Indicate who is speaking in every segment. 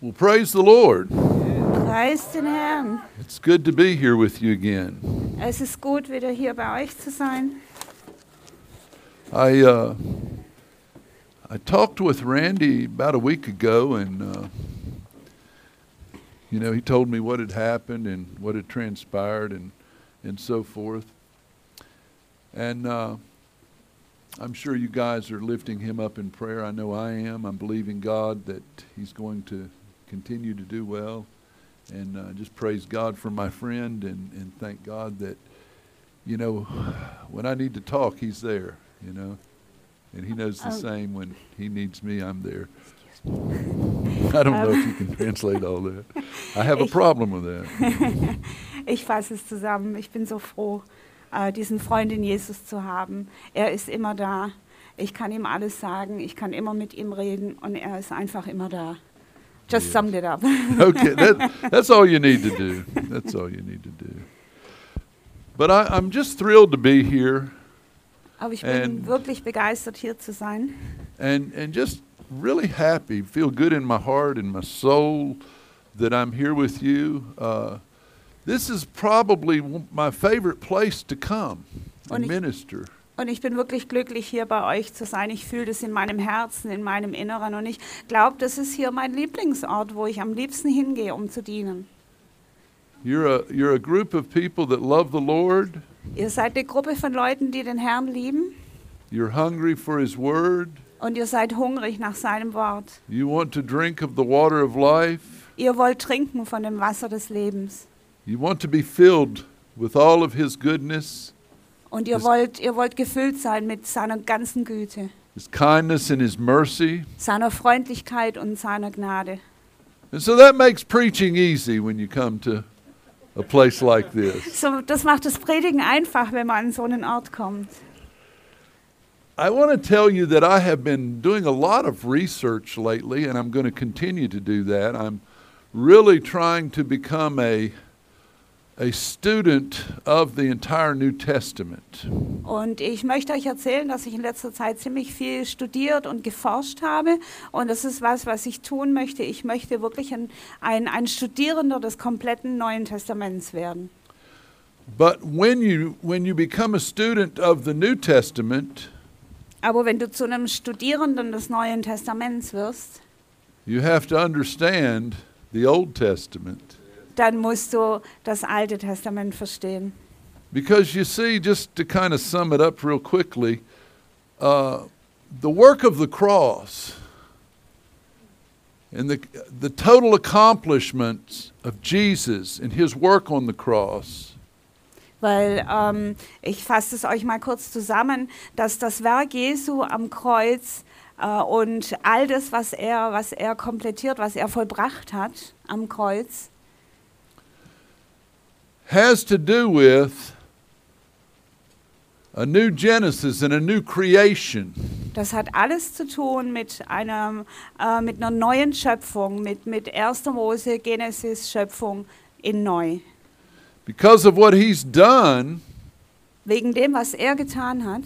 Speaker 1: Well, praise the Lord.
Speaker 2: Preis den Herrn.
Speaker 1: It's good to be here with you again.
Speaker 2: Es ist gut, wieder hier bei euch zu sein.
Speaker 1: I uh, I talked with Randy about a week ago, and uh, you know he told me what had happened and what had transpired and and so forth. And uh, I'm sure you guys are lifting him up in prayer. I know I am. I'm believing God that he's going to continue to do well. And uh, just praise God for my friend and, and thank God that, you know, when I need to talk, he's there, you know. And he knows the
Speaker 2: Um,
Speaker 1: same when he needs me, I'm there. I don't know if you can translate all that. I have a
Speaker 2: Ich-
Speaker 1: problem with that.
Speaker 2: Ich fasse es zusammen. Ich bin so froh, äh, diesen Freund in Jesus zu haben. Er ist immer da. Ich kann ihm alles sagen. Ich kann immer mit ihm reden und er ist einfach immer da. Just
Speaker 1: Yes.
Speaker 2: summed it up.
Speaker 1: okay, that, that's all you need to do. That's all you need to do. But I, I'm just thrilled to be here
Speaker 2: Aber ich bin
Speaker 1: And-
Speaker 2: wirklich begeistert, hier zu sein.
Speaker 1: and, and just really happy, feel good in my heart and my soul that I'm here with you. Uh, this is probably w- my favorite place to come and
Speaker 2: Und ich-
Speaker 1: minister.
Speaker 2: Und ich bin wirklich glücklich, hier bei euch zu sein. Ich fühle das in meinem Herzen, in meinem Inneren. Und ich glaube, das ist hier mein Lieblingsort, wo ich am liebsten hingehe, um zu dienen.
Speaker 1: You're a, you're a group of people that love the Lord,
Speaker 2: Ihr seid eine Gruppe von Leuten, die den Herrn lieben.
Speaker 1: you're hungry for His Word,
Speaker 2: Und ihr seid hungrig nach seinem Wort.
Speaker 1: you want to drink of the water of life.
Speaker 2: Ihr wollt trinken von dem Wasser des Lebens.
Speaker 1: You want to be filled with all of His goodness,
Speaker 2: Und ihr
Speaker 1: Das-
Speaker 2: wollt, ihr wollt gefüllt sein mit seiner ganzen Güte,
Speaker 1: His kindness, and His mercy.
Speaker 2: seiner Freundlichkeit und seiner Gnade.
Speaker 1: And so that makes preaching easy when you come to a place like this.
Speaker 2: So, das macht das Predigen einfach, wenn man an so einen Ort kommt.
Speaker 1: I want to tell you that I have been doing a lot of research lately, and I'm going to continue to do that. I'm really trying to become a, a student of the entire New Testament.
Speaker 2: Und ich möchte euch erzählen, dass ich in letzter Zeit ziemlich viel studiert und geforscht habe. Und das ist was, was ich tun möchte. Ich möchte wirklich ein, ein, ein Studierender des kompletten Neuen Testaments werden.
Speaker 1: But when you, when you become a student of the New Testament,
Speaker 2: Aber wenn du zu einem Studierenden des Neuen Testaments wirst,
Speaker 1: you have to understand the Old Testament.
Speaker 2: dann musst du das Alte Testament verstehen.
Speaker 1: Because you see, just to kind of sum it up real quickly, uh, the work of the cross and the, the total accomplishments of Jesus and his work on the cross
Speaker 2: Weil ähm, ich fasse es euch mal kurz zusammen, dass das Werk Jesu am Kreuz äh, und all das, was er, was er komplettiert, was er vollbracht hat am Kreuz,
Speaker 1: has to do with a new Genesis and a new creation.
Speaker 2: das hat alles zu tun mit einer, äh, mit einer neuen Schöpfung, mit, mit 1. Mose, Genesis, Schöpfung in neu.
Speaker 1: Because of what he's done,
Speaker 2: Wegen dem, was er getan hat,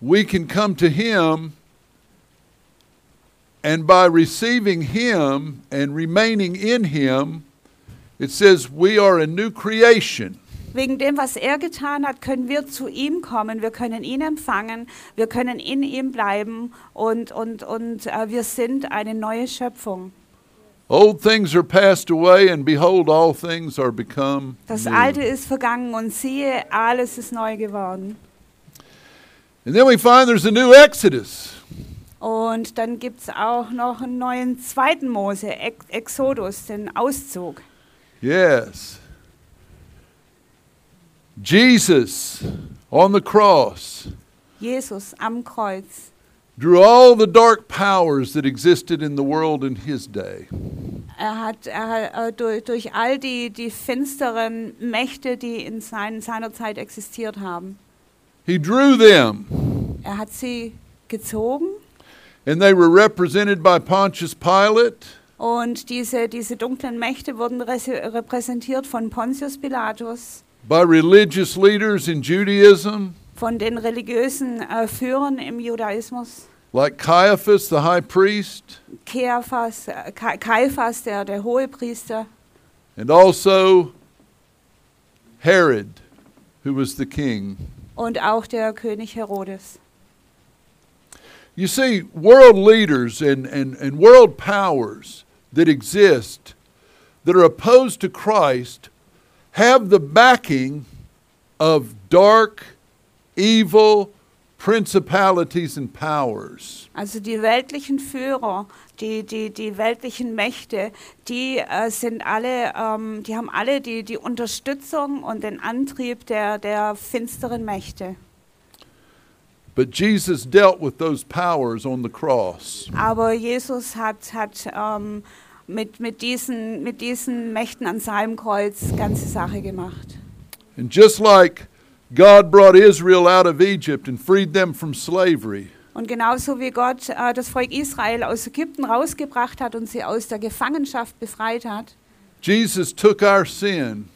Speaker 1: we can come to Him, and by receiving Him and remaining in Him, it says we are a new creation.
Speaker 2: Wegen dem, was er getan hat, können wir zu ihm kommen, wir können ihn empfangen, wir können in ihm bleiben und, und, und äh, wir sind eine neue Schöpfung.
Speaker 1: Old things are passed away, and behold, all things are become
Speaker 2: Das Alte
Speaker 1: new.
Speaker 2: ist vergangen und siehe, alles ist neu geworden.
Speaker 1: And then we find there's a new Exodus.
Speaker 2: Und dann gibt es auch noch einen neuen zweiten Mose, Ex Exodus, den Auszug.
Speaker 1: Yes. Jesus on the cross
Speaker 2: Jesus am Kreuz
Speaker 1: drew all the dark powers that existed in the world in his day.
Speaker 2: Er hat er, äh, durch, durch all die, die finsteren Mächte, die in sein, seiner Zeit existiert haben,
Speaker 1: He drew them
Speaker 2: er hat sie gezogen
Speaker 1: And they were represented by Pontius Pilate,
Speaker 2: Und diese, diese dunklen Mächte wurden rese- repräsentiert von Pontius Pilatus,
Speaker 1: by religious leaders in Judaism,
Speaker 2: von den religiösen äh, Führern im Judaismus
Speaker 1: Like Caiaphas, the high priest,
Speaker 2: Kephas, äh, Ka- Kaiphas, der, der Hohepriester
Speaker 1: and also Herod, who was the king.
Speaker 2: und auch der König Herodes.
Speaker 1: You see, world leaders and, and, and world powers that exist that are opposed to Christ have the backing of dark, evil principalities and powers.
Speaker 2: Also die weltlichen Führer, die, die, die weltlichen Mächte, die äh, sind alle, ähm, die haben alle die, die Unterstützung und den Antrieb der, der finsteren Mächte.
Speaker 1: But Jesus dealt with those powers on the cross.
Speaker 2: Aber Jesus hat, hat ähm, mit, mit, diesen, mit diesen Mächten an seinem Kreuz ganze Sache gemacht.
Speaker 1: And just like God brought Israel out of Egypt and freed them from slavery,
Speaker 2: Und genauso wie Gott äh, das Volk Israel aus Ägypten rausgebracht hat und sie aus der Gefangenschaft befreit hat,
Speaker 1: Jesus took our sin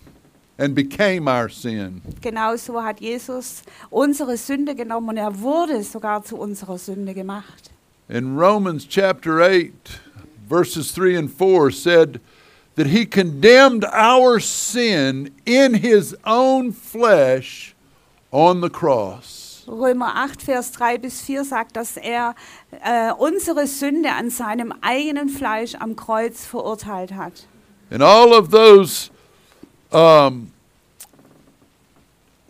Speaker 1: and became our sin.
Speaker 2: genauso hat Jesus unsere Sünde genommen und er wurde sogar zu unserer Sünde gemacht.
Speaker 1: In Romans chapter 8, verses 3 and 4 said that he condemned our sin in his own flesh on the cross.
Speaker 2: Römer 8, Vers 3 bis 4 sagt, dass er äh, unsere Sünde an seinem eigenen Fleisch am Kreuz verurteilt hat.
Speaker 1: And all of those um,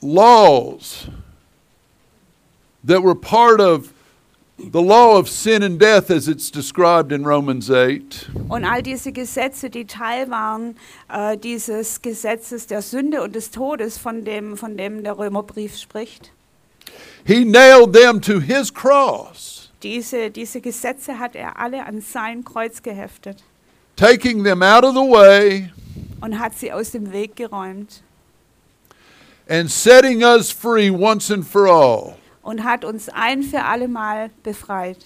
Speaker 1: laws that were part of the law of sin and death as it's described in Romans 8.
Speaker 2: Und all diese Gesetze, die Teil waren äh, dieses Gesetzes der Sünde und des Todes, von dem, von dem der Römerbrief spricht,
Speaker 1: He nailed them to his cross,
Speaker 2: diese, diese Gesetze hat er alle an sein Kreuz geheftet
Speaker 1: taking them out of the way
Speaker 2: und hat sie aus dem Weg geräumt
Speaker 1: and setting us free once and for all,
Speaker 2: und hat uns ein für alle Mal befreit.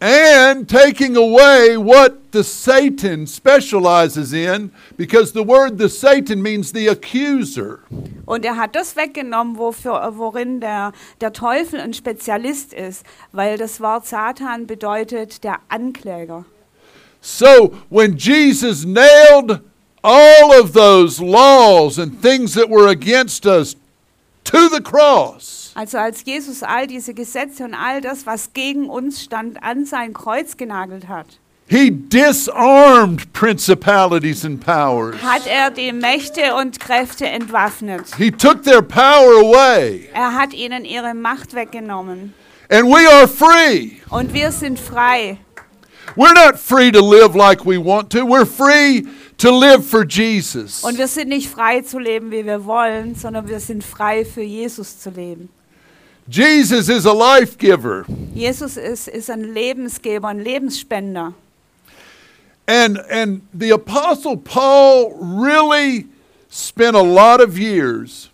Speaker 1: and taking away what the Satan specializes in, because the word the Satan means the accuser.
Speaker 2: Und er hat das weggenommen, wofür, äh, worin der, der Teufel ein Spezialist ist, weil das Wort Satan bedeutet der Ankläger.
Speaker 1: So when Jesus nailed all of those laws and things that were against us to the cross,
Speaker 2: Also als Jesus all diese Gesetze und all das, was gegen uns stand, an sein Kreuz genagelt hat,
Speaker 1: he disarmed principalities and powers.
Speaker 2: hat er die Mächte und Kräfte entwaffnet.
Speaker 1: He took their power away,
Speaker 2: Er hat ihnen ihre Macht weggenommen.
Speaker 1: and we are free.
Speaker 2: Und wir sind frei.
Speaker 1: We're not free to live like we want to. We're free to live for Jesus.
Speaker 2: Und wir sind nicht frei zu leben, wie wir wollen, sondern wir sind frei für Jesus zu leben.
Speaker 1: Jesus is a life giver.
Speaker 2: Jesus ist, ist ein Lebensgeber, ein Lebensspender.
Speaker 1: And and the apostle Paul really spent a lot of years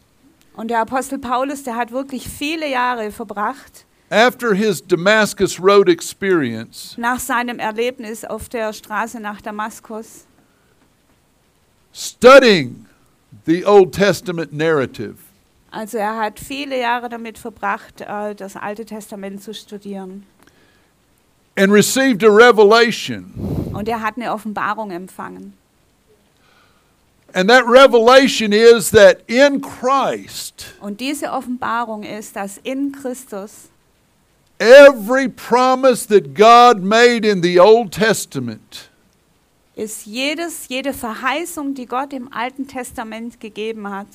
Speaker 2: Und der Apostel Paulus, der hat wirklich viele Jahre verbracht
Speaker 1: after his Damascus road experience
Speaker 2: nach seinem Erlebnis auf der Straße nach Damaskus.
Speaker 1: studying the Old Testament narrative.
Speaker 2: Also er hat viele Jahre damit verbracht, äh, das Alte Testament zu studieren.
Speaker 1: And received a revelation.
Speaker 2: Und er hat eine Offenbarung empfangen.
Speaker 1: And that revelation is that in Christ,
Speaker 2: Und diese Offenbarung ist, dass in Christus
Speaker 1: Every promise that God made in the Old Testament
Speaker 2: ist jedes, jede Verheißung, die Gott im Alten Testament gegeben hat,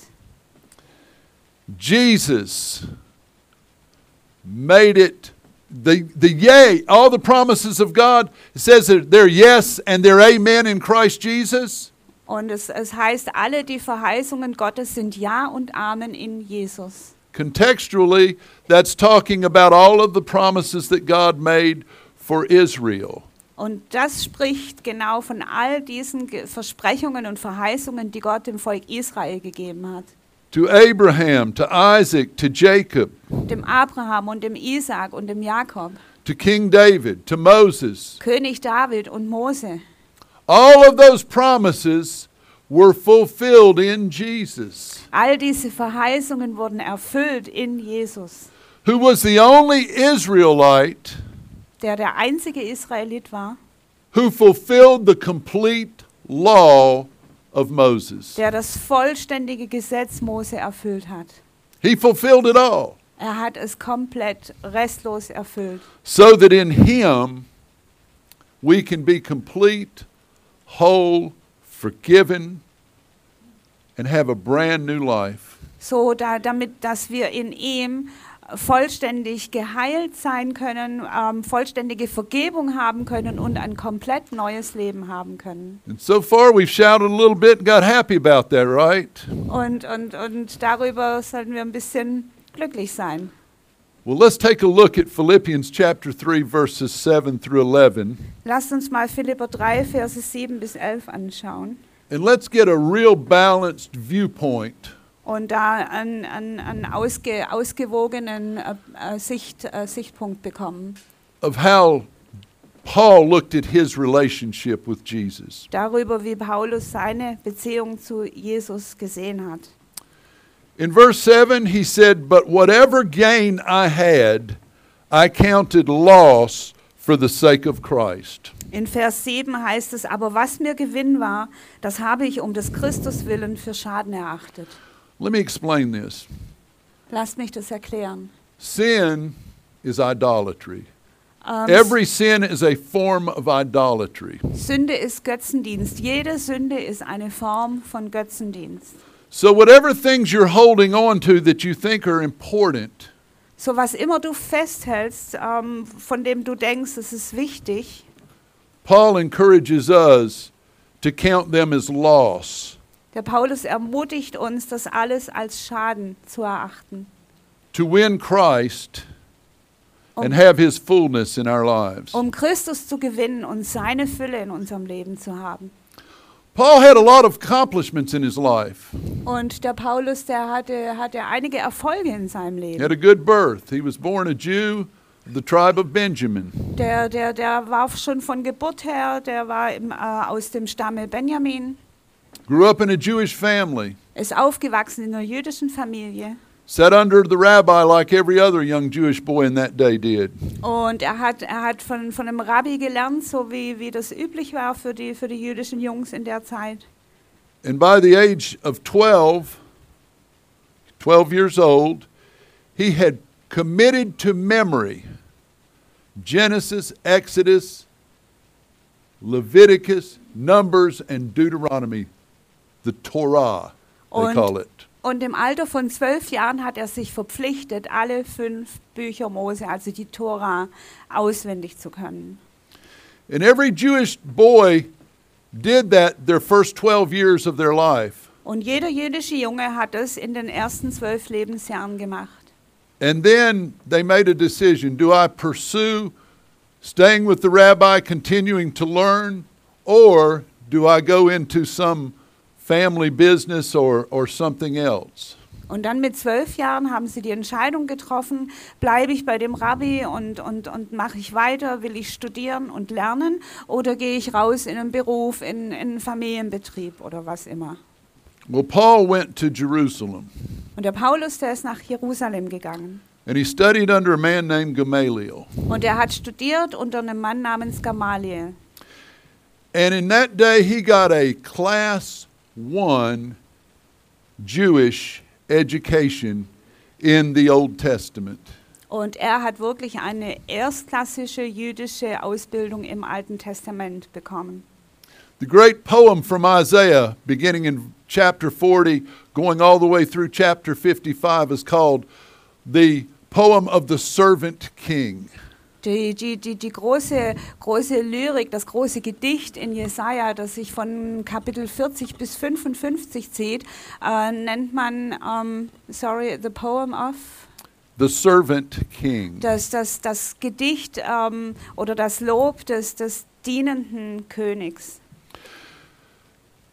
Speaker 1: Jesus made it the, the yea, all the promises of God, it says that they're yes and they're amen in Christ Jesus.
Speaker 2: Und es, es heißt, alle die Verheißungen Gottes sind Ja und Amen in Jesus.
Speaker 1: Contextually, that's talking about all of the promises that God made for Israel.
Speaker 2: Und das spricht genau von all diesen Ge- Versprechungen und Verheißungen, die Gott dem Volk Israel gegeben hat.
Speaker 1: To Abraham, to Isaac, to Jacob,
Speaker 2: Dem Abraham und dem Isaak und dem Jakob,
Speaker 1: to King David, to Moses.
Speaker 2: König David und Mose.
Speaker 1: All of those promises were fulfilled in Jesus,
Speaker 2: All diese Verheißungen wurden erfüllt in Jesus,
Speaker 1: who was the only Israelite
Speaker 2: der der einzige Israelit war,
Speaker 1: who fulfilled the complete law of Moses.
Speaker 2: der das vollständige Gesetz Mose erfüllt hat.
Speaker 1: He fulfilled it all
Speaker 2: Er hat es komplett restlos erfüllt,
Speaker 1: so that in him we can be complete, whole, forgiven, and have a brand new life.
Speaker 2: so da, damit, dass wir in ihm vollständig geheilt sein können, ähm, vollständige Vergebung haben können und ein komplett neues Leben haben können.
Speaker 1: And so far we've shouted a little bit and got happy about that, right?
Speaker 2: Und, und, und darüber sollten wir ein bisschen glücklich sein.
Speaker 1: Well, let's take a look at Philippians chapter 3 verses 7 through 11
Speaker 2: Lasst uns mal Philipper 3, Verse 7 bis 11 anschauen
Speaker 1: and let's get a real balanced viewpoint
Speaker 2: und da einen, einen, einen ausge, ausgewogenen äh, äh, Sicht, äh, Sichtpunkt bekommen.
Speaker 1: of how Paul looked at his relationship with Jesus.
Speaker 2: darüber, wie Paulus seine Beziehung zu Jesus gesehen hat.
Speaker 1: In verse 7, he said, But whatever gain I had, I counted loss for the sake of Christ.
Speaker 2: In Vers 7 heißt es, aber was mir Gewinn war, das habe ich um des Christus willen für Schaden erachtet.
Speaker 1: Let me explain this
Speaker 2: Lasst mich das erklären.
Speaker 1: sin is idolatry.
Speaker 2: Ähm,
Speaker 1: Every sin is a form of idolatry.
Speaker 2: Sünde ist Götzendienst. Jede Sünde ist eine Form von Götzendienst.
Speaker 1: So, whatever things you're holding on to that you think are important,
Speaker 2: So was immer du festhältst, ähm, von dem du denkst, es ist wichtig,
Speaker 1: Paul encourages us to count them as loss,
Speaker 2: der Paulus ermutigt uns, das alles als Schaden zu erachten.
Speaker 1: to win Christ
Speaker 2: Um-
Speaker 1: and have his fullness in our lives.
Speaker 2: um Christus zu gewinnen und seine Fülle in unserem Leben zu haben.
Speaker 1: Paul had a lot of accomplishments in his life.
Speaker 2: Und der Paulus, der hatte, hatte einige Erfolge in seinem
Speaker 1: He
Speaker 2: Leben.
Speaker 1: had a good birth. He was born a Jew of the tribe of Benjamin.
Speaker 2: Der, der, der war schon von Geburt her, der war im, äh, aus dem Stamme Benjamin,
Speaker 1: Grew up in a Jewish family.
Speaker 2: ist aufgewachsen in einer jüdischen Familie
Speaker 1: Sat under the rabbi like every other young Jewish boy in that day did.
Speaker 2: und er hat, er hat von, von einem Rabbi gelernt, so wie, wie das üblich war für die, für die jüdischen Jungs in der Zeit.
Speaker 1: And by the age of 12, 12 years old, he had committed to memory Genesis, Exodus, Leviticus, Numbers, and Deuteronomy, the Torah, they
Speaker 2: Und-
Speaker 1: call it.
Speaker 2: Und im Alter von zwölf Jahren hat er sich verpflichtet, alle fünf Bücher Mose, also die Tora, auswendig zu können.
Speaker 1: And every Jewish boy did that their first 12 years of their life.
Speaker 2: Und jeder jüdische Junge hat es in den ersten zwölf Lebensjahren gemacht.
Speaker 1: And then they made a decision do I pursue staying with the rabbi, continuing to learn, or do I go into some family business or, or something else?
Speaker 2: Und dann mit zwölf Jahren haben sie die Entscheidung getroffen, bleibe ich bei dem Rabbi und, und, und mache ich weiter, will ich studieren und lernen oder gehe ich raus in einen Beruf, in, in einen Familienbetrieb oder was immer.
Speaker 1: Well, Paul went to Jerusalem
Speaker 2: Und der Paulus, der ist nach Jerusalem gegangen.
Speaker 1: and he studied under a man named Gamaliel.
Speaker 2: Und er hat studiert unter einem Mann namens Gamaliel.
Speaker 1: And in that day, he got a class one Jewish education in the Old Testament.
Speaker 2: Und er hat wirklich eine erstklassische jüdische Ausbildung im Alten Testament bekommen.
Speaker 1: The great poem from Isaiah, beginning in chapter 40, going all the way through chapter 55, is called The Poem of the Servant King.
Speaker 2: Die, die, die, die große, große Lyrik, das große Gedicht in Jesaja, das sich von Kapitel 40 bis 55 zieht, äh, nennt man, ähm, sorry, the poem of,
Speaker 1: The Servant King.
Speaker 2: das, das, das Gedicht ähm, oder das Lob des, des dienenden Königs.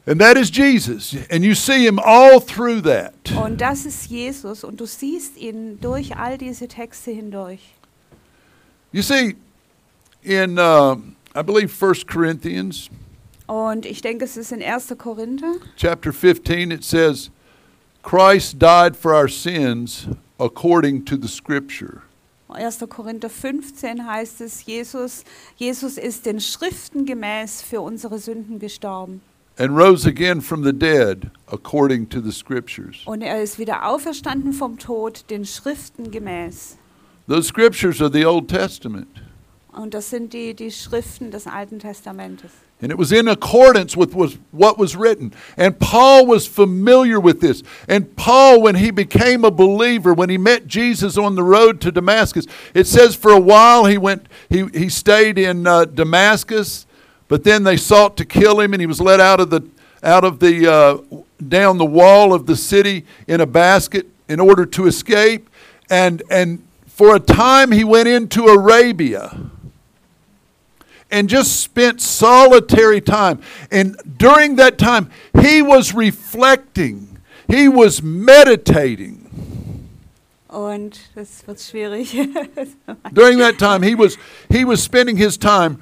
Speaker 1: And that is Jesus. And you see him all through that.
Speaker 2: Und das ist Jesus und du siehst ihn durch all diese Texte hindurch.
Speaker 1: You see, in, uh, I believe, 1 Corinthians
Speaker 2: Und ich denke, es ist in 1. Korinther.
Speaker 1: chapter 15, it says, Christ died for our sins according to the Scripture.
Speaker 2: 1. Korinther 15 heißt es, Jesus, Jesus ist den Schriften gemäß für unsere Sünden gestorben.
Speaker 1: and rose again from the dead according to the scriptures.
Speaker 2: Und er ist wieder auferstanden vom Tod, den Schriften gemäß.
Speaker 1: Those scriptures are the Old Testament.
Speaker 2: Und das sind die, die Schriften des Alten Testamentes.
Speaker 1: And it was in accordance with was- what was written. And Paul was familiar with this. And Paul, when he became a believer, when he met Jesus on the road to Damascus, it says for a while he went, he, he stayed in uh, Damascus, but then they sought to kill him, and he was led out of the out of the uh, down the wall of the city in a basket in order to escape. And and for a time he went into Arabia and just spent solitary time. And during that time, he was reflecting, he was meditating.
Speaker 2: Und das wird schwierig.
Speaker 1: During that time, he was he was spending his time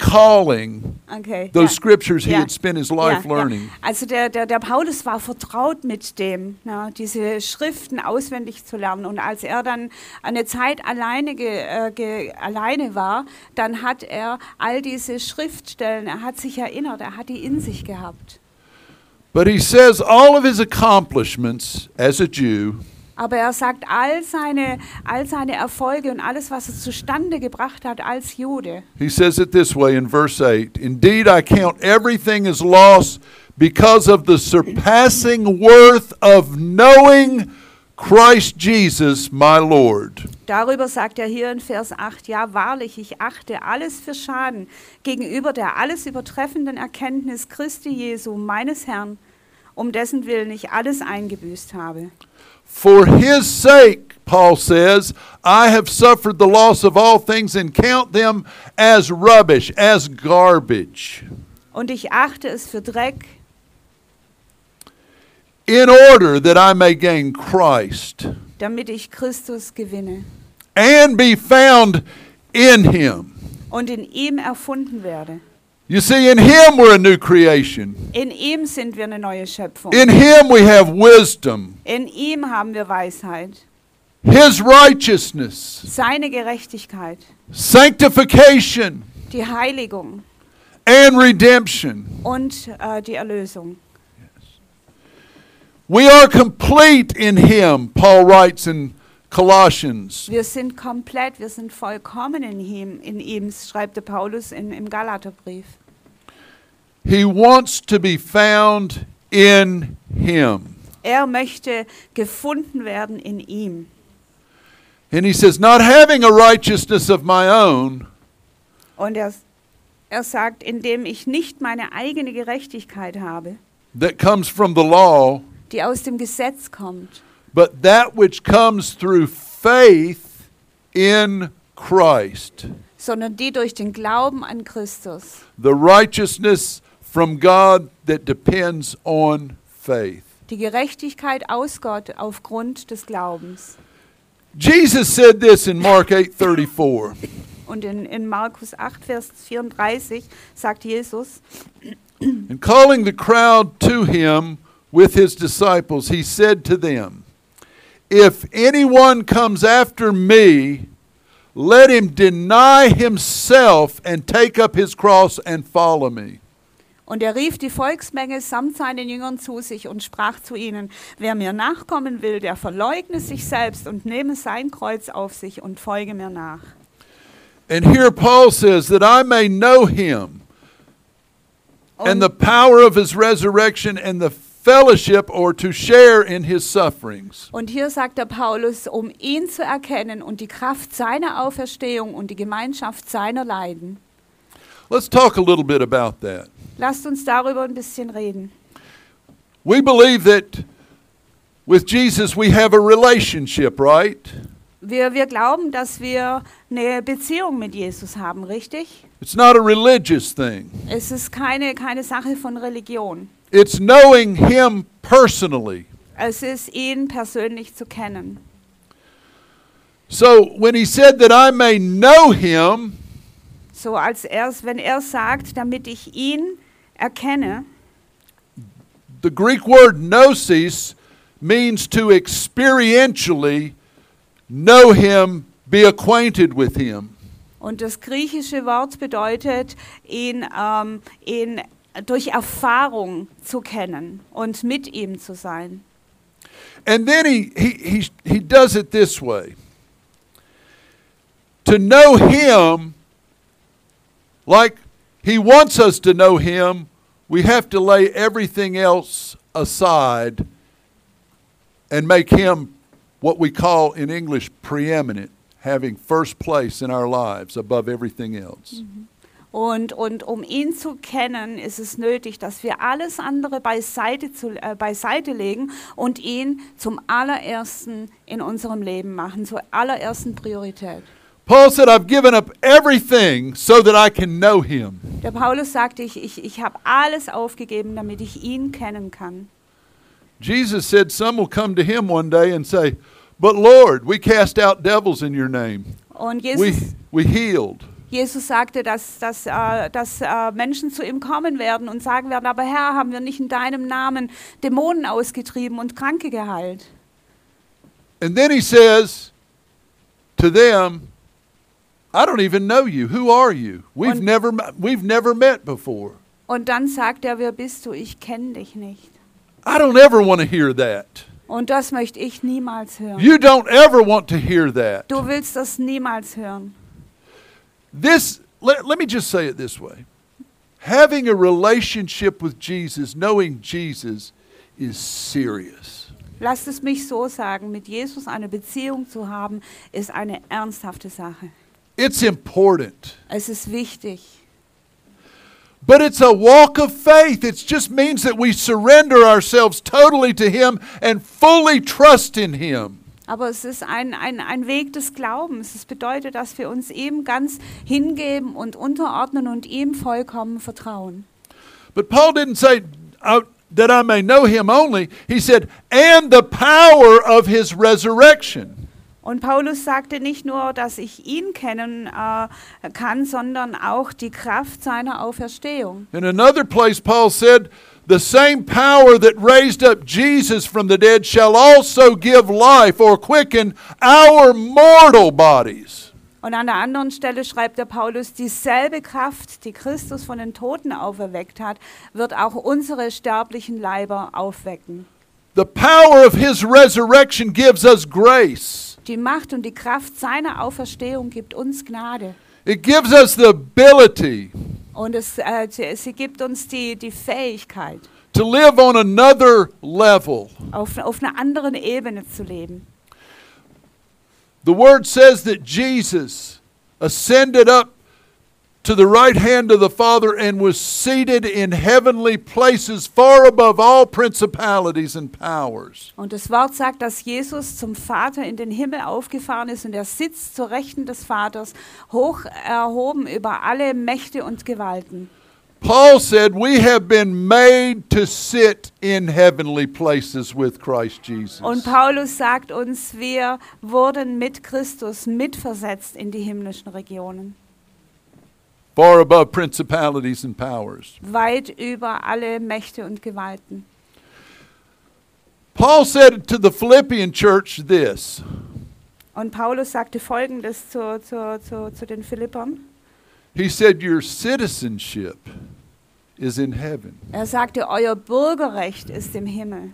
Speaker 1: recalling
Speaker 2: Okay.
Speaker 1: those
Speaker 2: ja.
Speaker 1: scriptures he
Speaker 2: Ja.
Speaker 1: had spent his life
Speaker 2: Ja, ja.
Speaker 1: learning.
Speaker 2: Also der, der, der Paulus war vertraut mit dem, ne, diese Schriften auswendig zu lernen. Und als er dann eine Zeit alleine, ge, äh, ge, alleine war, dann hat er all diese Schriftstellen, er hat sich erinnert, er hat die in sich gehabt.
Speaker 1: But he says all of his accomplishments as a Jew
Speaker 2: Aber er sagt, all seine, all seine Erfolge und alles, was er zustande gebracht hat als Jude,
Speaker 1: He says it this way in verse 8 Indeed, I count everything as loss because of the surpassing worth of knowing Christ Jesus, my Lord.
Speaker 2: Darüber sagt er hier in Vers 8, ja wahrlich, ich achte alles für Schaden gegenüber der alles übertreffenden Erkenntnis Christi Jesu, meines Herrn, um dessen Willen ich alles eingebüßt habe.
Speaker 1: For his sake, Paul says, I have suffered the loss of all things and count them as rubbish, as garbage,
Speaker 2: Und ich achte es für Dreck,
Speaker 1: in order that I may gain Christ
Speaker 2: damit ich Christus gewinne
Speaker 1: and be found in him.
Speaker 2: und in ihm erfunden werde.
Speaker 1: You see, in him we're a new creation.
Speaker 2: In ihm sind wir eine neue Schöpfung.
Speaker 1: In him we have wisdom,
Speaker 2: In ihm haben wir Weisheit,
Speaker 1: his righteousness,
Speaker 2: seine Gerechtigkeit,
Speaker 1: sanctification,
Speaker 2: die Heiligung
Speaker 1: and redemption.
Speaker 2: und äh, die Erlösung.
Speaker 1: We are complete in him, Paul writes in Colossians.
Speaker 2: Wir sind komplett, wir sind vollkommen in ihm, in ihm schreibt der Paulus in, im Galaterbrief.
Speaker 1: He wants to be found in him.
Speaker 2: Er möchte gefunden werden in ihm.
Speaker 1: And he says, Not having a righteousness of my own,
Speaker 2: Und er, er sagt, indem ich nicht meine eigene Gerechtigkeit habe,
Speaker 1: that comes from the law,
Speaker 2: die aus dem Gesetz kommt,
Speaker 1: but that which comes through faith in Christ.
Speaker 2: sondern die durch den Glauben an Christus,
Speaker 1: the righteousness from God that depends on faith.
Speaker 2: die Gerechtigkeit aus Gott aufgrund des Glaubens.
Speaker 1: Jesus said this in Mark 8:34.
Speaker 2: Und in, in Markus 8, Vers 34 sagt Jesus,
Speaker 1: And calling the crowd to him with his disciples, he said to them, "If anyone comes after me, let him deny himself and take up his cross and follow me."
Speaker 2: Und er rief die Volksmenge samt seinen Jüngern zu sich und sprach zu ihnen, wer mir nachkommen will, der verleugne sich selbst und nehme sein Kreuz auf sich und folge mir nach.
Speaker 1: And here Paul says that I may know him and
Speaker 2: Und,
Speaker 1: the power of his resurrection and the fellowship or to share in his sufferings.
Speaker 2: und hier sagt der Paulus, um ihn zu erkennen und die Kraft seiner Auferstehung und die Gemeinschaft seiner Leiden.
Speaker 1: Let's talk a little bit about that.
Speaker 2: Lasst uns darüber ein bisschen reden.
Speaker 1: We believe that with Jesus we have a relationship, right?
Speaker 2: Wir, wir glauben, dass wir eine Beziehung mit Jesus haben, richtig?
Speaker 1: It's not a religious thing.
Speaker 2: Es ist keine, keine Sache von Religion.
Speaker 1: It's knowing him personally.
Speaker 2: Es ist, ihn persönlich zu kennen.
Speaker 1: So when he said that I may know him,
Speaker 2: So als er, wenn er sagt, damit ich ihn erkenne,
Speaker 1: The Greek word gnosis means to experientially know him be acquainted with him.
Speaker 2: Und das griechische Wort bedeutet, ihn, ähm, ihn durch Erfahrung zu kennen und mit ihm zu sein.
Speaker 1: And then he, he, he, he does it this way to know him like he wants us to know him, we have to lay everything else aside and make him what we call in English preeminent, having first place in our lives above everything else.
Speaker 2: Und, und um ihn zu kennen, ist es nötig, dass wir alles andere beiseite, zu, äh, beiseite legen und ihn zum allerersten in unserem Leben machen, zur allerersten Priorität.
Speaker 1: Paul said, I've given up everything so that I can know him.
Speaker 2: Der Paulus sagte, ich, ich, ich habe alles aufgegeben, damit ich ihn kennen kann.
Speaker 1: Jesus said, Some will come to him one day and say, But Lord, we cast out devils in your name,
Speaker 2: Und
Speaker 1: we,
Speaker 2: Jesus,
Speaker 1: we healed.
Speaker 2: Jesus sagte, dass, dass, äh, dass äh, Menschen zu ihm kommen werden und sagen werden, aber Herr, haben wir nicht in deinem Namen Dämonen ausgetrieben und Kranke geheilt?
Speaker 1: And then he says to them, I don't even know you. Who are you? We've
Speaker 2: Und-
Speaker 1: never met- we've never met before.
Speaker 2: Und dann sagt er, wer bist du? Ich kenne dich nicht.
Speaker 1: I don't ever want to hear that.
Speaker 2: Und das möchte ich niemals hören.
Speaker 1: You don't ever want to hear that.
Speaker 2: Du willst das niemals hören.
Speaker 1: This let, let me just say it this way. Having a relationship with Jesus, knowing Jesus is serious.
Speaker 2: Lasst es mich so sagen, mit Jesus eine Beziehung zu haben, ist eine ernsthafte Sache.
Speaker 1: It's important.
Speaker 2: Es ist wichtig.
Speaker 1: But it's a walk of faith. It just means that we surrender ourselves totally to Him and fully trust in Him.
Speaker 2: Aber es ist ein, ein, ein Weg des Glaubens. Es bedeutet, dass wir uns ihm ganz hingeben und unterordnen und ihm vollkommen vertrauen.
Speaker 1: But Paul didn't say "I- that I may know Him only. He said, and the power of His resurrection.
Speaker 2: Und Paulus sagte nicht nur, dass ich ihn kennen äh, kann, sondern auch die Kraft seiner Auferstehung.
Speaker 1: In another place, Paul said, the same power that raised up Jesus from the dead shall also give life or quicken our mortal bodies.
Speaker 2: Und an der anderen Stelle schreibt der Paulus, dieselbe Kraft, die Christus von den Toten auferweckt hat, wird auch unsere sterblichen Leiber aufwecken.
Speaker 1: The power of His resurrection gives us grace.
Speaker 2: Die Macht und die Kraft seiner Auferstehung gibt uns Gnade.
Speaker 1: It gives us the ability
Speaker 2: Und es, äh, sie- sie gibt uns die, die Fähigkeit,
Speaker 1: to live on another level.
Speaker 2: auf, auf einer anderen Ebene zu leben.
Speaker 1: The word says that Jesus ascended up to the right hand of the Father and was seated in heavenly places far above all principalities and powers.
Speaker 2: Und das Wort sagt, dass Jesus zum Vater in den Himmel aufgefahren ist und er sitzt zur Rechten des Vaters, hoch erhoben über alle Mächte und Gewalten.
Speaker 1: Paul said, We have been made to sit in heavenly places with Christ Jesus.
Speaker 2: Und Paulus sagt uns, wir wurden mit Christus mitversetzt in die himmlischen Regionen,
Speaker 1: Far above principalities and powers.
Speaker 2: weit über alle Mächte und Gewalten.
Speaker 1: Paul said to the Philippian church this
Speaker 2: Und Paulus sagte Folgendes zu, zu, zu, zu den Philippern.
Speaker 1: He said, Your citizenship is in heaven.
Speaker 2: Er sagte, euer Bürgerrecht ist im Himmel.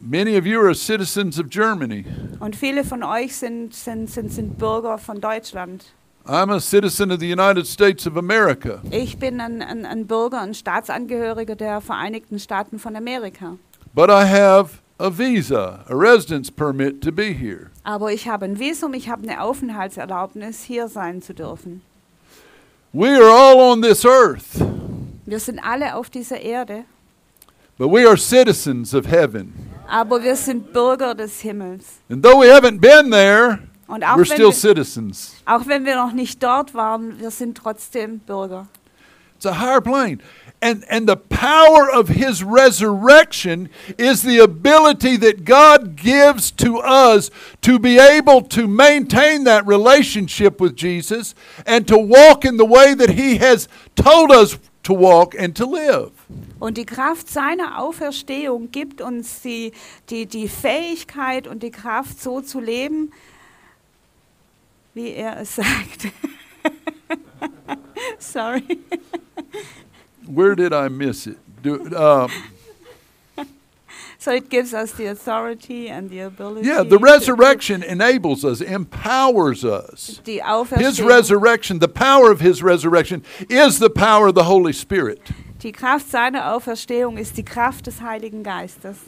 Speaker 1: Many of you are citizens of Germany.
Speaker 2: Und viele von euch sind, sind, sind, sind Bürger von Deutschland.
Speaker 1: I'm a citizen of the United States of America.
Speaker 2: Ich bin ein, ein, ein Bürger, ein Staatsangehöriger der Vereinigten Staaten von Amerika.
Speaker 1: But I have a visa, a residence permit to be here.
Speaker 2: Aber ich habe ein Visum, ich habe eine Aufenthaltserlaubnis, hier sein zu dürfen.
Speaker 1: We are all on this earth,
Speaker 2: Wir sind alle auf dieser Erde,
Speaker 1: but we are citizens of heaven.
Speaker 2: aber wir sind Bürger des Himmels.
Speaker 1: And though we haven't been there,
Speaker 2: Und auch
Speaker 1: we're
Speaker 2: wenn,
Speaker 1: still
Speaker 2: wir,
Speaker 1: citizens.
Speaker 2: auch wenn wir noch nicht dort waren, wir sind trotzdem Bürger.
Speaker 1: It's a higher plane. And, and the power of his resurrection is the ability that God gives to us to be able to maintain that relationship with Jesus and to walk in the way that he has told us to walk and to live.
Speaker 2: Und die Kraft seiner Auferstehung gibt uns die, die, die Fähigkeit und die Kraft, so zu leben, wie er es sagt. Sorry.
Speaker 1: Where did I miss it? Do, um,
Speaker 2: So it gives us the authority and the ability.
Speaker 1: yeah, the
Speaker 2: to-
Speaker 1: resurrection enables us, empowers us.
Speaker 2: Die
Speaker 1: His
Speaker 2: Auferstehung.
Speaker 1: resurrection, the power of His resurrection, is the power of the Holy Spirit.
Speaker 2: Die Kraft seiner Auferstehung ist die Kraft des Heiligen Geistes.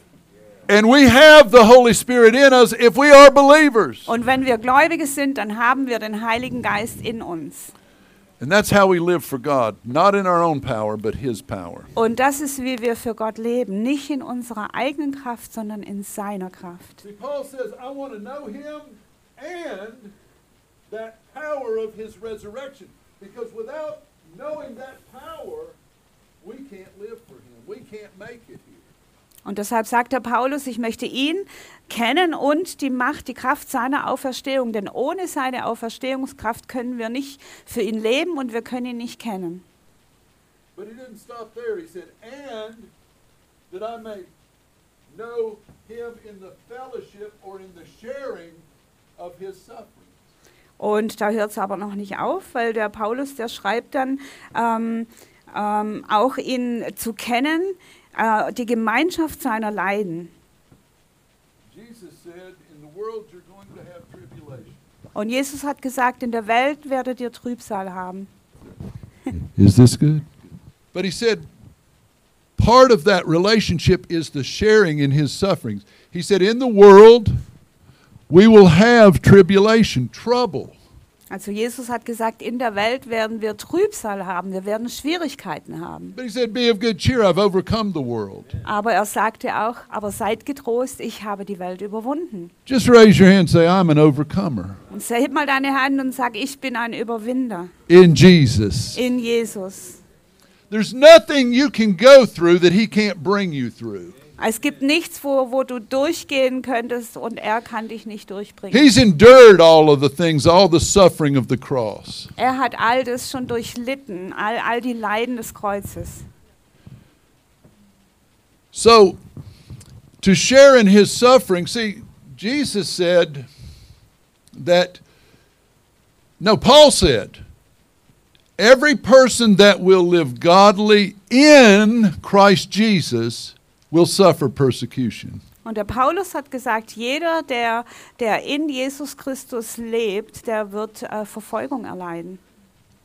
Speaker 1: And we have the Holy Spirit in us if we are believers.
Speaker 2: Und wenn wir Gläubige sind, dann haben wir den Heiligen Geist in uns.
Speaker 1: And that's how we live for God, not in our own power, but His power.
Speaker 2: Und das ist, wie wir für Gott leben. Nicht in unserer eigenen Kraft, sondern in seiner Kraft.
Speaker 1: See, Paul says, I want to know him and that power of his resurrection. Because without knowing that power, we can't live for him. We can't make it here.
Speaker 2: Und deshalb sagt der Paulus, ich möchte ihn kennen und die Macht, die Kraft seiner Auferstehung. Denn ohne seine Auferstehungskraft können wir nicht für ihn leben und wir können ihn nicht kennen.
Speaker 1: But he didn't stop there. He said, and that I may know him in the fellowship or in the sharing of his sufferings.
Speaker 2: Und da hört es aber noch nicht auf, weil der Paulus, der schreibt dann, ähm, ähm, auch ihn zu kennen, äh, die Gemeinschaft seiner Leiden.
Speaker 1: Jesus said, in the world you're going to have tribulation.
Speaker 2: Und Jesus hat gesagt, in der Welt werdet ihr Trübsal haben.
Speaker 1: Is this good? But he said, part of that relationship is the sharing in his sufferings. He said, in the world, we will have tribulation, trouble.
Speaker 2: Also Jesus hat gesagt, in der Welt werden wir Trübsal haben, wir werden Schwierigkeiten haben.
Speaker 1: But he said, be of good cheer, I've overcome the world.
Speaker 2: Aber er sagte auch, aber seid getrost, ich habe die Welt überwunden.
Speaker 1: Just raise your hand and say, I'm an overcomer
Speaker 2: Und so, heb mal deine Hand und sag, ich bin ein Überwinder
Speaker 1: in Jesus.
Speaker 2: in Jesus.
Speaker 1: There's nothing you can go through that he can't bring you through.
Speaker 2: Es gibt nichts, wo, wo du durchgehen könntest und er kann dich nicht durchbringen.
Speaker 1: He's endured all of the things, all the suffering of the cross.
Speaker 2: Er hat all das schon durchlitten, all, all die Leiden des Kreuzes.
Speaker 1: So, to share in his suffering, see, Jesus said that, no, Paul said, every person that will live godly in Christ Jesus will suffer persecution.
Speaker 2: Und der Paulus hat gesagt, jeder, der, der in Jesus Christus lebt, der wird äh, Verfolgung erleiden.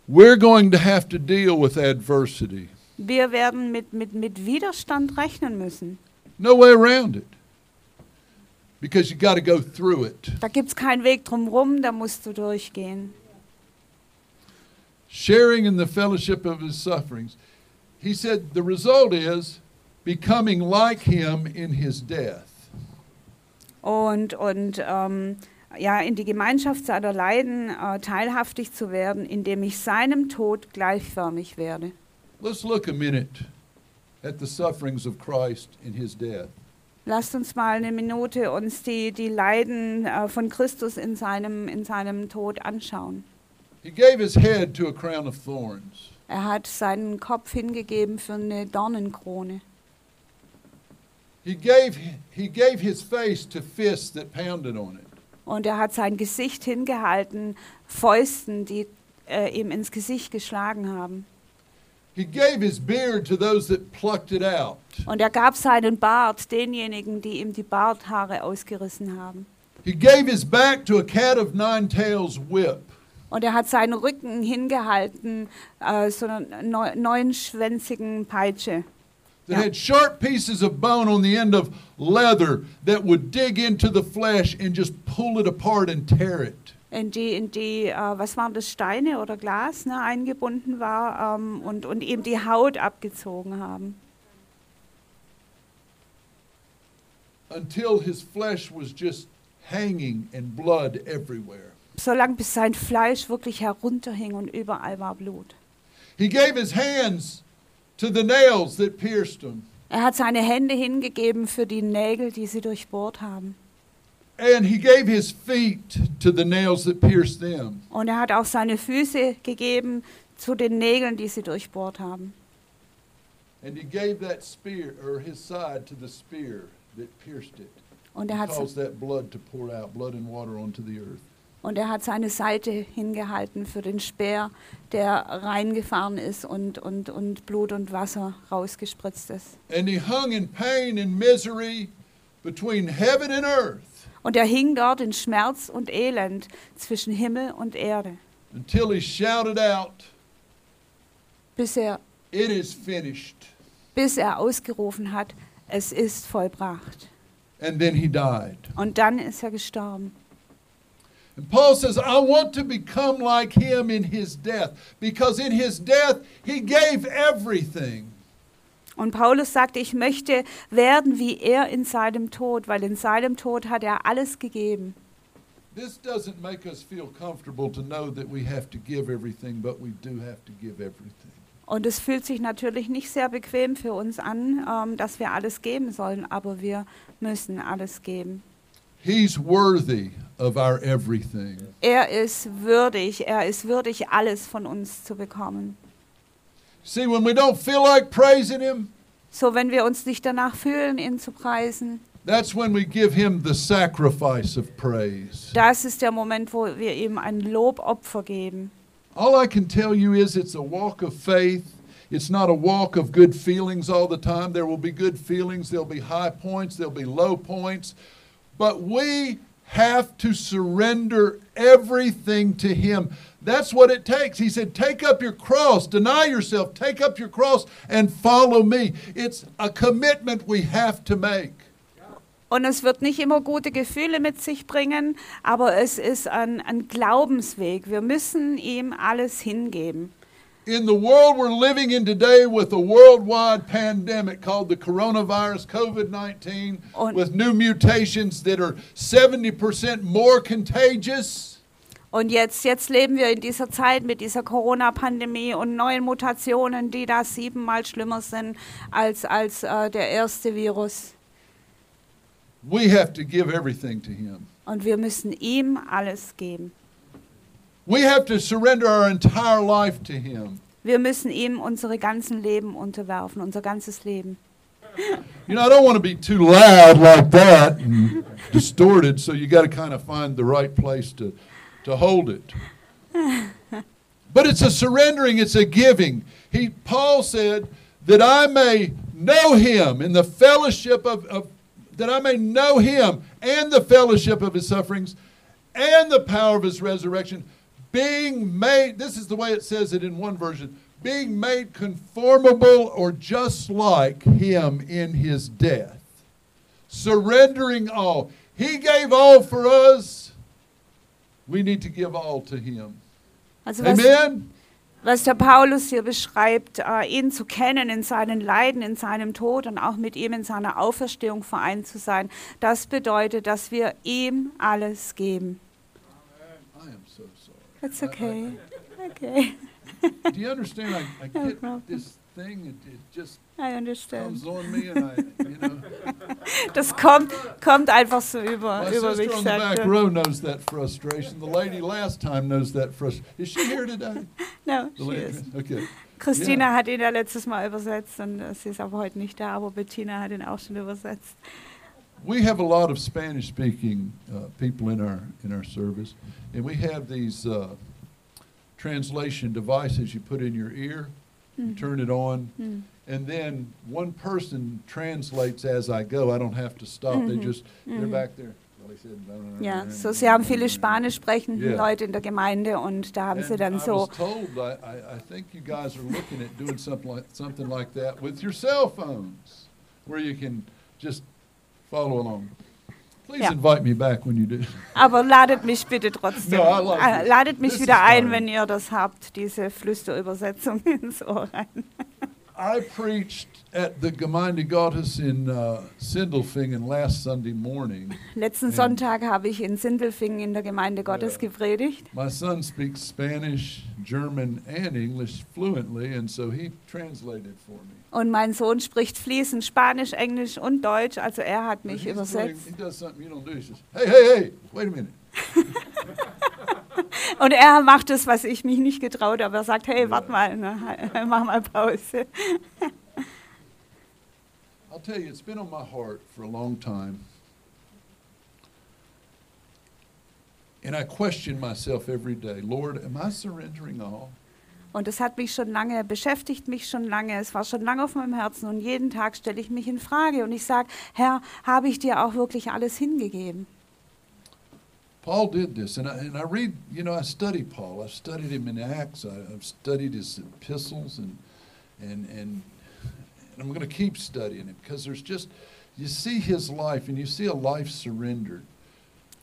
Speaker 1: We're going to have to deal with adversity.
Speaker 2: Wir werden mit, mit, mit Widerstand rechnen müssen.
Speaker 1: No way around it. Because you got to go through it.
Speaker 2: Da gibt es keinen Weg drumherum, da musst du durchgehen.
Speaker 1: sharing in the fellowship of his sufferings. He said the result is becoming like him in his death.
Speaker 2: Und, und ähm, ja, in die Gemeinschaft seiner Leiden äh, teilhaftig zu werden, indem ich seinem Tod gleichförmig werde.
Speaker 1: Let's look a minute at the sufferings of Christ in his death.
Speaker 2: Lasst uns mal eine Minute uns die, die Leiden äh, von Christus in seinem, in seinem Tod anschauen.
Speaker 1: He gave his head to a crown of thorns.
Speaker 2: Er hat seinen Kopf hingegeben für eine Dornenkrone.
Speaker 1: He gave, he gave his face to fists that pounded on it.
Speaker 2: Und er hat sein Gesicht hingehalten, Fäusten, die äh, ihm ins Gesicht geschlagen haben.
Speaker 1: He gave his beard to those that plucked it out.
Speaker 2: Und er gab seinen Bart denjenigen, die ihm die Barthaare ausgerissen haben.
Speaker 1: He gave his back to a cat of nine tails whip.
Speaker 2: Und er hat seinen Rücken hingehalten, äh, so einer neu- neunschwänzigen Peitsche.
Speaker 1: that
Speaker 2: Yeah.
Speaker 1: had sharp pieces of bone on the end of leather that would dig into the flesh and just pull it apart and tear it.
Speaker 2: in die, in die äh, was waren das, Steine oder Glas ne, eingebunden war ähm, und, und ihm die Haut abgezogen haben,
Speaker 1: Until his flesh was just hanging and blood everywhere.
Speaker 2: solange bis sein Fleisch wirklich herunterhing und überall war Blut.
Speaker 1: He gave his hands to the nails that pierced him,
Speaker 2: Er hat seine Hände hingegeben für die Nägel, die sie durchbohrt haben.
Speaker 1: and he gave his feet to the nails that pierced them.
Speaker 2: Und er hat auch seine Füße gegeben zu den Nägeln, die sie durchbohrt haben.
Speaker 1: And he gave that spear, or his side, to the spear that pierced it,
Speaker 2: Und er
Speaker 1: and
Speaker 2: hat,
Speaker 1: caused that blood to pour out, blood and water onto the earth.
Speaker 2: Und er hat seine Seite hingehalten für den Speer, der reingefahren ist und, und, und Blut und Wasser rausgespritzt ist.
Speaker 1: And he hung in pain and misery between heaven and earth
Speaker 2: Und er hing dort in Schmerz und Elend zwischen Himmel und Erde,
Speaker 1: until he shouted out,
Speaker 2: bis er,
Speaker 1: It is finished.
Speaker 2: bis er ausgerufen hat, es ist vollbracht.
Speaker 1: And then he died.
Speaker 2: Und dann ist er gestorben.
Speaker 1: And Paul says, I want to become like him in his death, because in his death he gave everything.
Speaker 2: Und Paulus sagte, ich möchte werden wie er in seinem Tod, weil in seinem Tod hat er alles gegeben.
Speaker 1: This doesn't make us feel comfortable to know that we have to give everything, but we do have to give everything.
Speaker 2: Und es fühlt sich natürlich nicht sehr bequem für uns an, ähm, dass wir alles geben sollen, aber wir müssen alles geben.
Speaker 1: He's worthy of our everything.
Speaker 2: Er ist würdig, er ist würdig, alles von uns zu bekommen.
Speaker 1: See, when we don't feel like praising him,
Speaker 2: So, wenn wir uns nicht danach fühlen, ihn zu preisen,
Speaker 1: that's when we give him the sacrifice of praise.
Speaker 2: das ist der Moment, wo wir ihm ein Lobopfer geben.
Speaker 1: All I can tell you is it's a walk of faith. It's not a walk of good feelings all the time. There will be good feelings, there'll be high points, there'll be low points. But we have to surrender everything to Him. That's what it takes. He said, Take up your cross, deny yourself, take up your cross, and follow me. It's a commitment we have to make.
Speaker 2: Und es wird nicht immer gute Gefühle mit sich bringen, aber es ist ein, ein Glaubensweg. Wir müssen ihm alles hingeben.
Speaker 1: In the world we're living in today with a worldwide pandemic called the coronavirus COVID 19,
Speaker 2: On-
Speaker 1: with new mutations that are 70% more contagious,
Speaker 2: Und jetzt, jetzt leben wir in dieser Zeit mit dieser Corona-Pandemie und neuen Mutationen, die da siebenmal schlimmer sind als, als äh, der erste Virus.
Speaker 1: we have to give everything to Him.
Speaker 2: Und wir müssen ihm alles geben.
Speaker 1: We have to surrender our entire life to Him.
Speaker 2: Wir müssen ihm unsere ganzen Leben unterwerfen, unser ganzes Leben.
Speaker 1: You know, I don't want to be too loud like that and distorted, so you got to kind of find the right place to, to hold it. But it's a surrendering, it's a giving. He, Paul said, that I may know him in the fellowship of, of, that I may know him and the fellowship of his sufferings and the power of his resurrection, being made, this is the way it says it in one version, being made conformable or just like him in his death, surrendering all. He gave all for us. We need to give all to him.
Speaker 2: Also was,
Speaker 1: Amen?
Speaker 2: was der Paulus hier beschreibt, äh, ihn zu kennen in seinen Leiden, in seinem Tod und auch mit ihm in seiner Auferstehung vereint zu sein, das bedeutet, dass wir ihm alles geben.
Speaker 1: I am so sorry.
Speaker 2: That's okay. Okay,
Speaker 1: Do you understand? I, I
Speaker 2: No
Speaker 1: get
Speaker 2: problem.
Speaker 1: this thing, it, it just
Speaker 2: I
Speaker 1: comes
Speaker 2: understand.
Speaker 1: on me, and I, you know.
Speaker 2: Das kommt, kommt einfach so
Speaker 1: My
Speaker 2: über, über mich.
Speaker 1: sister on the
Speaker 2: sagt
Speaker 1: back
Speaker 2: er.
Speaker 1: row knows that frustration. The lady last time knows that frustration. Is she here today?
Speaker 2: No,
Speaker 1: The
Speaker 2: she
Speaker 1: lady-
Speaker 2: is.
Speaker 1: Okay.
Speaker 2: Christina
Speaker 1: Ja.
Speaker 2: hat ihn ja letztes Mal übersetzt und äh, sie ist aber heute nicht da, aber Bettina hat ihn auch schon übersetzt.
Speaker 1: We have a lot of Spanish-speaking uh, people in our in our service, and we have these uh, translation devices you put in your ear, you
Speaker 2: Mm-hmm.
Speaker 1: turn it on,
Speaker 2: Mhm.
Speaker 1: and then one person translates as I go. I don't have to stop. They
Speaker 2: Mhm.
Speaker 1: just they're
Speaker 2: Mhm.
Speaker 1: back there. Well, he said, blah, blah,
Speaker 2: Ja,
Speaker 1: blah,
Speaker 2: so
Speaker 1: blah,
Speaker 2: sie haben
Speaker 1: blah,
Speaker 2: viele
Speaker 1: blah, blah.
Speaker 2: spanisch sprechende
Speaker 1: Ja.
Speaker 2: Leute in der Gemeinde und da haben sie
Speaker 1: And
Speaker 2: dann
Speaker 1: I
Speaker 2: so,
Speaker 1: was told, I, I, I think you guys are looking at doing something like, something like that with your cell phones, where you can just follow along. Please
Speaker 2: Yeah.
Speaker 1: invite me back when you do.
Speaker 2: aber ladet mich bitte trotzdem,
Speaker 1: No, I like
Speaker 2: äh,
Speaker 1: this.
Speaker 2: ladet mich
Speaker 1: This is
Speaker 2: wieder ein,
Speaker 1: fine.
Speaker 2: wenn ihr das habt, diese Flüsterübersetzung ins Ohr rein.
Speaker 1: I preached at the Gemeinde Gottes in uh, Sindelfingen last Sunday morning.
Speaker 2: Letzten
Speaker 1: Ja.
Speaker 2: Sonntag habe ich in Sindelfingen in der Gemeinde Gottes
Speaker 1: Ja.
Speaker 2: gepredigt
Speaker 1: My son speaks Spanish, German, and English fluently, and so he translated for me.
Speaker 2: und mein Sohn spricht fließend Spanisch, Englisch und Deutsch, also er hat
Speaker 1: But
Speaker 2: mich
Speaker 1: he's doing-
Speaker 2: übersetzt.
Speaker 1: He does something you don't do. He says, hey, hey, hey, wait a minute.
Speaker 2: Und er macht das, was ich mich nicht getraut habe. Er sagt, hey, warte mal, ne, mach mal Pause.
Speaker 1: I'll tell you, it's been on my heart for a long time. And I question myself every day Lord, am I surrendering all?
Speaker 2: Und es hat mich schon lange, beschäftigt mich schon lange, es war schon lange auf meinem Herzen und jeden Tag stelle ich mich in Frage und ich sage, Herr, habe ich dir auch wirklich alles hingegeben?
Speaker 1: Paul did this, and I, and I read, you know, I study Paul. I've studied him in Acts. I, I've studied his epistles, and and and, and I'm going to keep studying it because there's just, you see his life, and you see a life surrendered,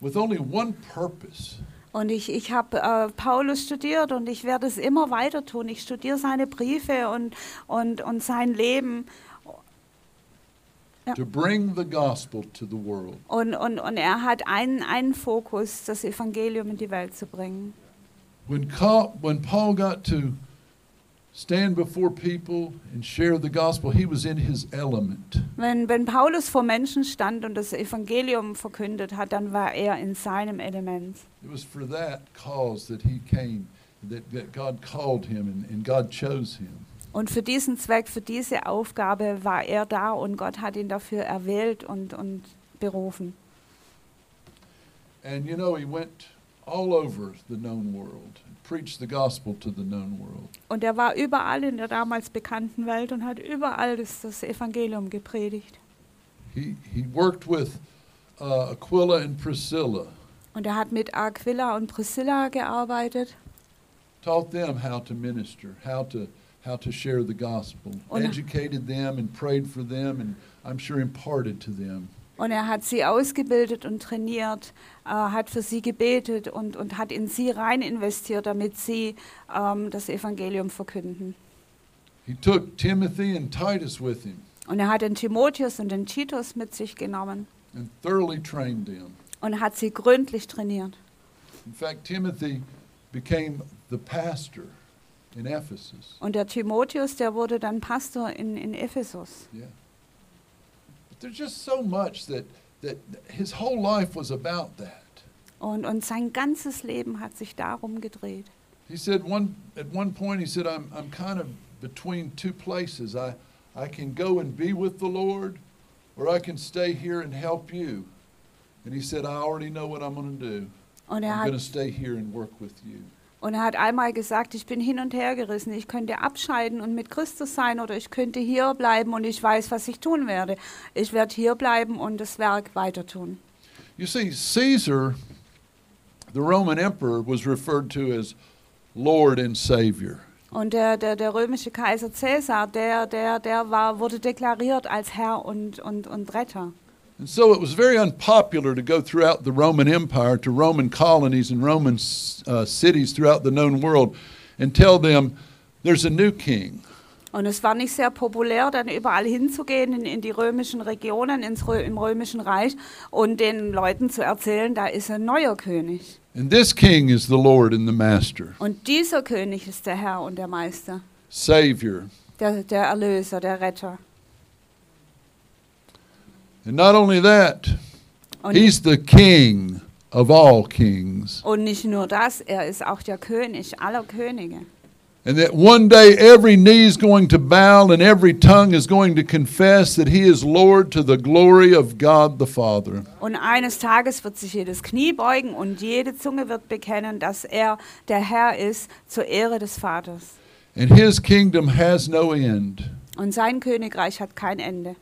Speaker 1: with only one purpose,
Speaker 2: Und ich, ich habe äh, Paulus studiert und ich werde es immer weiter tun. Ich studiere seine Briefe und, und, und sein Leben. Yeah.
Speaker 1: to bring the gospel to the world.
Speaker 2: Und, und, und er hat einen, einen Fokus, das Evangelium in die Welt zu bringen.
Speaker 1: When Paul, when Paul got to stand before people and share the gospel, he was in his element.
Speaker 2: Wenn, wenn Paulus vor Menschen stand und das Evangelium verkündet hat, dann war er in seinem Element.
Speaker 1: It was for that cause that he came, that, that God called him and, and God chose him.
Speaker 2: Und für diesen Zweck, für diese Aufgabe war er da und Gott hat ihn dafür erwählt und, und berufen.
Speaker 1: And you know, he went all over the known world, preached the gospel to the known world.
Speaker 2: Und er war überall in der damals bekannten Welt und hat überall das, das Evangelium gepredigt.
Speaker 1: He, he worked with uh, Aquila and Priscilla,
Speaker 2: Und er hat mit Aquila und Priscilla gearbeitet.
Speaker 1: taught them how to minister, how to, how to share the gospel,
Speaker 2: Oh, no.
Speaker 1: educated them and prayed for them, and I'm sure imparted to them.
Speaker 2: Und er hat sie ausgebildet und trainiert, äh, hat für sie gebetet und, und hat in sie rein investiert, damit sie ähm, das Evangelium verkünden.
Speaker 1: He took Timothy and Titus with him
Speaker 2: Und er hat den Timotheus und den Titus mit sich genommen
Speaker 1: and thoroughly trained them.
Speaker 2: und hat sie gründlich trainiert.
Speaker 1: In fact, Timothy became the pastor in Ephesus.
Speaker 2: Und der Timotheus, der wurde dann Pastor in, in Ephesus.
Speaker 1: Yeah. But there's just so much that, that that his whole life was about that.
Speaker 2: Und, und sein ganzes Leben hat sich darum gedreht.
Speaker 1: He said one at one point he said, I'm I'm kind of between two places. I I can go and be with the Lord, or I can stay here and help you. And he said, I already know what I'm gonna do.
Speaker 2: Und er,
Speaker 1: I'm gonna
Speaker 2: hat,
Speaker 1: stay here and work with you.
Speaker 2: und er hat einmal gesagt, ich bin hin und her gerissen. Ich könnte abscheiden und mit Christus sein oder ich könnte hier bleiben und ich weiß, was ich tun werde. Ich werde hier bleiben und das Werk weiter tun.
Speaker 1: You see, Caesar, the Roman emperor, was referred to as Lord and Savior.
Speaker 2: Und der, der, der römische Kaiser Cäsar, der, der, der war, wurde deklariert als Herr und, und, und Retter.
Speaker 1: And so it was very unpopular to go throughout the Roman Empire to Roman colonies and Roman uh, cities throughout the known world and tell them there's a new king.
Speaker 2: Und es war nicht sehr populär, dann überall hinzugehen in, in die römischen Regionen, ins Rö im römischen Reich und den Leuten zu erzählen, da ist ein neuer König.
Speaker 1: And this king is the Lord and the Master,
Speaker 2: Und dieser König ist der Herr und der Meister,
Speaker 1: Savior.
Speaker 2: der, der Erlöser, der Retter.
Speaker 1: And not only that,
Speaker 2: Und,
Speaker 1: he's the king of all kings.
Speaker 2: und nicht nur das, er ist auch der König aller Könige.
Speaker 1: And that one day every knee is going to bow and every tongue is going to confess that he is Lord to the glory of God the Father.
Speaker 2: Und eines Tages wird sich jedes Knie beugen und jede Zunge wird bekennen, dass er der Herr ist zur Ehre des Vaters.
Speaker 1: And his kingdom has no end.
Speaker 2: Und sein Königreich hat kein Ende.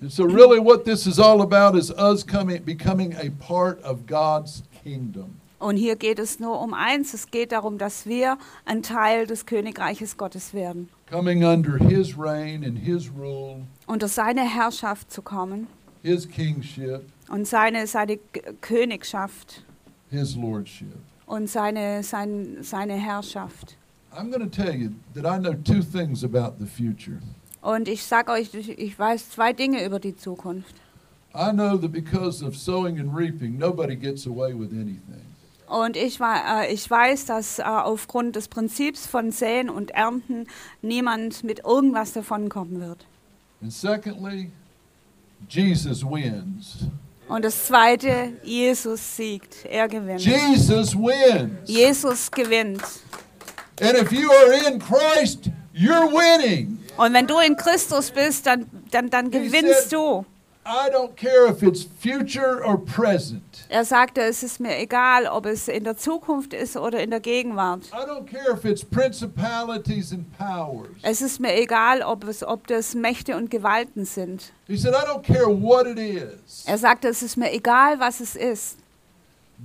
Speaker 1: And so, really, what this is all about is us coming, becoming a part of God's kingdom.
Speaker 2: Und hier geht es nur um eins, es geht darum, dass wir ein Teil des Königreiches Gottes werden.
Speaker 1: Coming under His reign and His rule,
Speaker 2: Unter seine Herrschaft zu kommen
Speaker 1: His kingship,
Speaker 2: und seine, seine G- Königschaft
Speaker 1: His lordship.
Speaker 2: und seine, sein, seine Herrschaft.
Speaker 1: I'm going to tell you that I know two things about the future.
Speaker 2: Und ich sage euch, ich ich weiß zwei Dinge über die Zukunft.
Speaker 1: I know that because of sowing and reaping, nobody gets away with anything.
Speaker 2: Und ich, wa- äh, ich weiß, dass äh, aufgrund des Prinzips von Säen und Ernten niemand mit irgendwas davonkommen wird.
Speaker 1: And secondly, Jesus wins.
Speaker 2: Und das Zweite, Jesus siegt, er gewinnt.
Speaker 1: Jesus wins.
Speaker 2: Jesus gewinnt.
Speaker 1: And if you are in Christ, you're winning.
Speaker 2: Und wenn du in Christus bist, dann, dann, dann gewinnst du.
Speaker 1: I don't care if it's future or present.
Speaker 2: Er sagte, es ist mir egal, ob es in der Zukunft ist oder in der Gegenwart.
Speaker 1: I don't care if it's principalities and powers.
Speaker 2: Es ist mir egal, ob, es, ob das Mächte und Gewalten sind.
Speaker 1: He said, I don't care what it is.
Speaker 2: Er sagte, es ist mir egal, was es ist.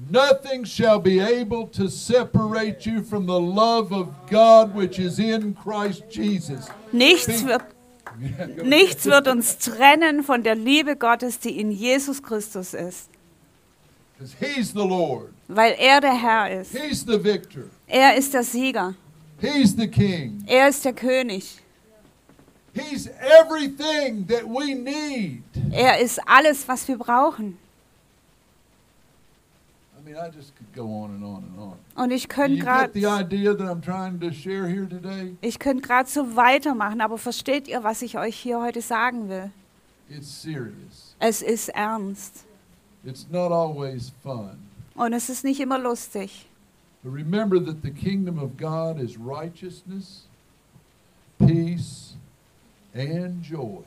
Speaker 1: Nothing shall be able to separate you from the love of God which is in Christ Jesus.
Speaker 2: Nichts wird, nichts wird uns trennen von der Liebe Gottes, die in Jesus Christus ist,
Speaker 1: Because He's the Lord.
Speaker 2: weil er der Herr ist.
Speaker 1: He's the victor.
Speaker 2: Er ist der Sieger.
Speaker 1: He's the king.
Speaker 2: Er ist der König.
Speaker 1: He's everything that we need.
Speaker 2: Er ist alles, was wir brauchen.
Speaker 1: I mean, I just could go on and on and on.
Speaker 2: Und ich
Speaker 1: Do
Speaker 2: könnte
Speaker 1: you get the
Speaker 2: gerade
Speaker 1: idea that I'm trying to share here today?
Speaker 2: ich könnte gerade so weitermachen, aber versteht ihr, was ich euch hier heute sagen will?
Speaker 1: It's serious.
Speaker 2: Es ist ernst
Speaker 1: It's not always fun.
Speaker 2: und es ist nicht immer lustig.
Speaker 1: But remember that the kingdom of God is righteousness, peace, and joy.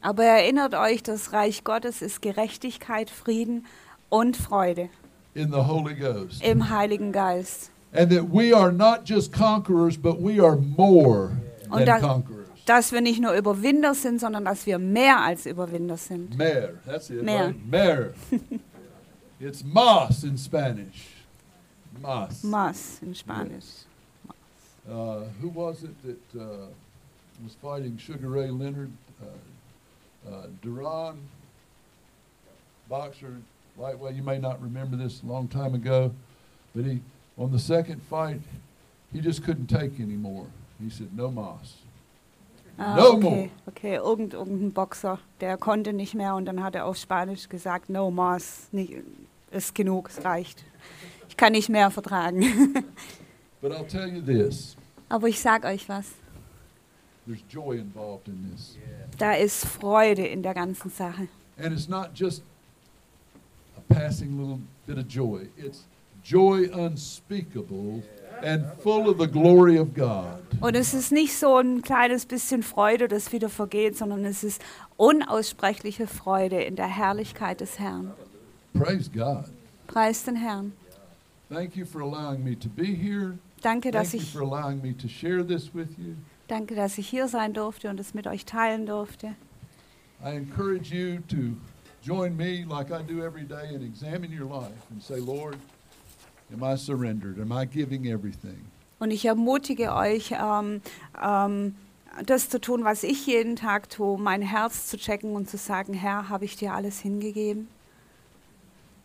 Speaker 2: Aber erinnert euch, das Reich Gottes ist Gerechtigkeit, Frieden und Freude
Speaker 1: in the Holy Ghost.
Speaker 2: im Heiligen Geist.
Speaker 1: And that we are not just conquerors, but we are more
Speaker 2: Und
Speaker 1: than
Speaker 2: dann-
Speaker 1: conquerors.
Speaker 2: Dass wir nicht nur Überwinder sind, sondern dass wir mehr als Überwinder sind.
Speaker 1: Mer, that's it.
Speaker 2: Mer.
Speaker 1: Right? Mer. it's mas in Spanish. Mas.
Speaker 2: Mas in Spanisch.
Speaker 1: Uh, who was it that uh, was fighting Sugar Ray Leonard? Uh, uh, Duran, boxer, lightweight. You may not remember this a long time ago, but he, on the second fight, he just couldn't take anymore. He said, no mas.
Speaker 2: Ah,
Speaker 1: No more.
Speaker 2: okay, okay. Irgend, irgendein Boxer, der konnte nicht mehr und dann hat er auf Spanisch gesagt, no mas, nicht, ist genug, es reicht. Ich kann nicht mehr vertragen.
Speaker 1: But I'll tell you this
Speaker 2: Aber ich sag euch was,
Speaker 1: there's joy involved in this.
Speaker 2: da ist Freude in der ganzen Sache.
Speaker 1: And it's not just a passing little bit of joy, it's joy unspeakable and full of the glory of God.
Speaker 2: Und es ist nicht so ein kleines bisschen Freude, das wieder vergeht, sondern es ist unaussprechliche Freude in der Herrlichkeit des Herrn.
Speaker 1: Praise God.
Speaker 2: Preis den Herrn.
Speaker 1: Thank you for allowing me to be here.
Speaker 2: Danke,
Speaker 1: Thank
Speaker 2: dass
Speaker 1: you
Speaker 2: ich,
Speaker 1: for allowing me to share this with you.
Speaker 2: danke, dass ich hier sein durfte und es mit euch teilen durfte.
Speaker 1: I encourage you to join me, like I do every day, and examine your life and say, Lord, am I surrendered? Am I giving everything?
Speaker 2: Und ich ermutige euch, ähm, ähm, das zu tun, was ich jeden Tag tue, mein Herz zu checken und zu sagen, Herr, habe ich dir alles hingegeben?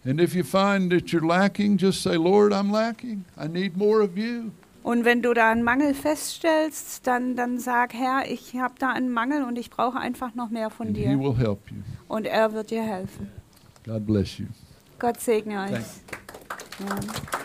Speaker 1: And if you find that you're lacking, just say, Lord, I'm lacking. I need more of you.
Speaker 2: Und wenn du da einen Mangel feststellst, dann, dann sag, Herr, ich habe da einen Mangel und ich brauche einfach noch mehr von
Speaker 1: And He
Speaker 2: dir.
Speaker 1: will help you.
Speaker 2: Und er wird dir helfen.
Speaker 1: God bless you.
Speaker 2: Gott segne euch.
Speaker 1: Thanks.
Speaker 2: Ja.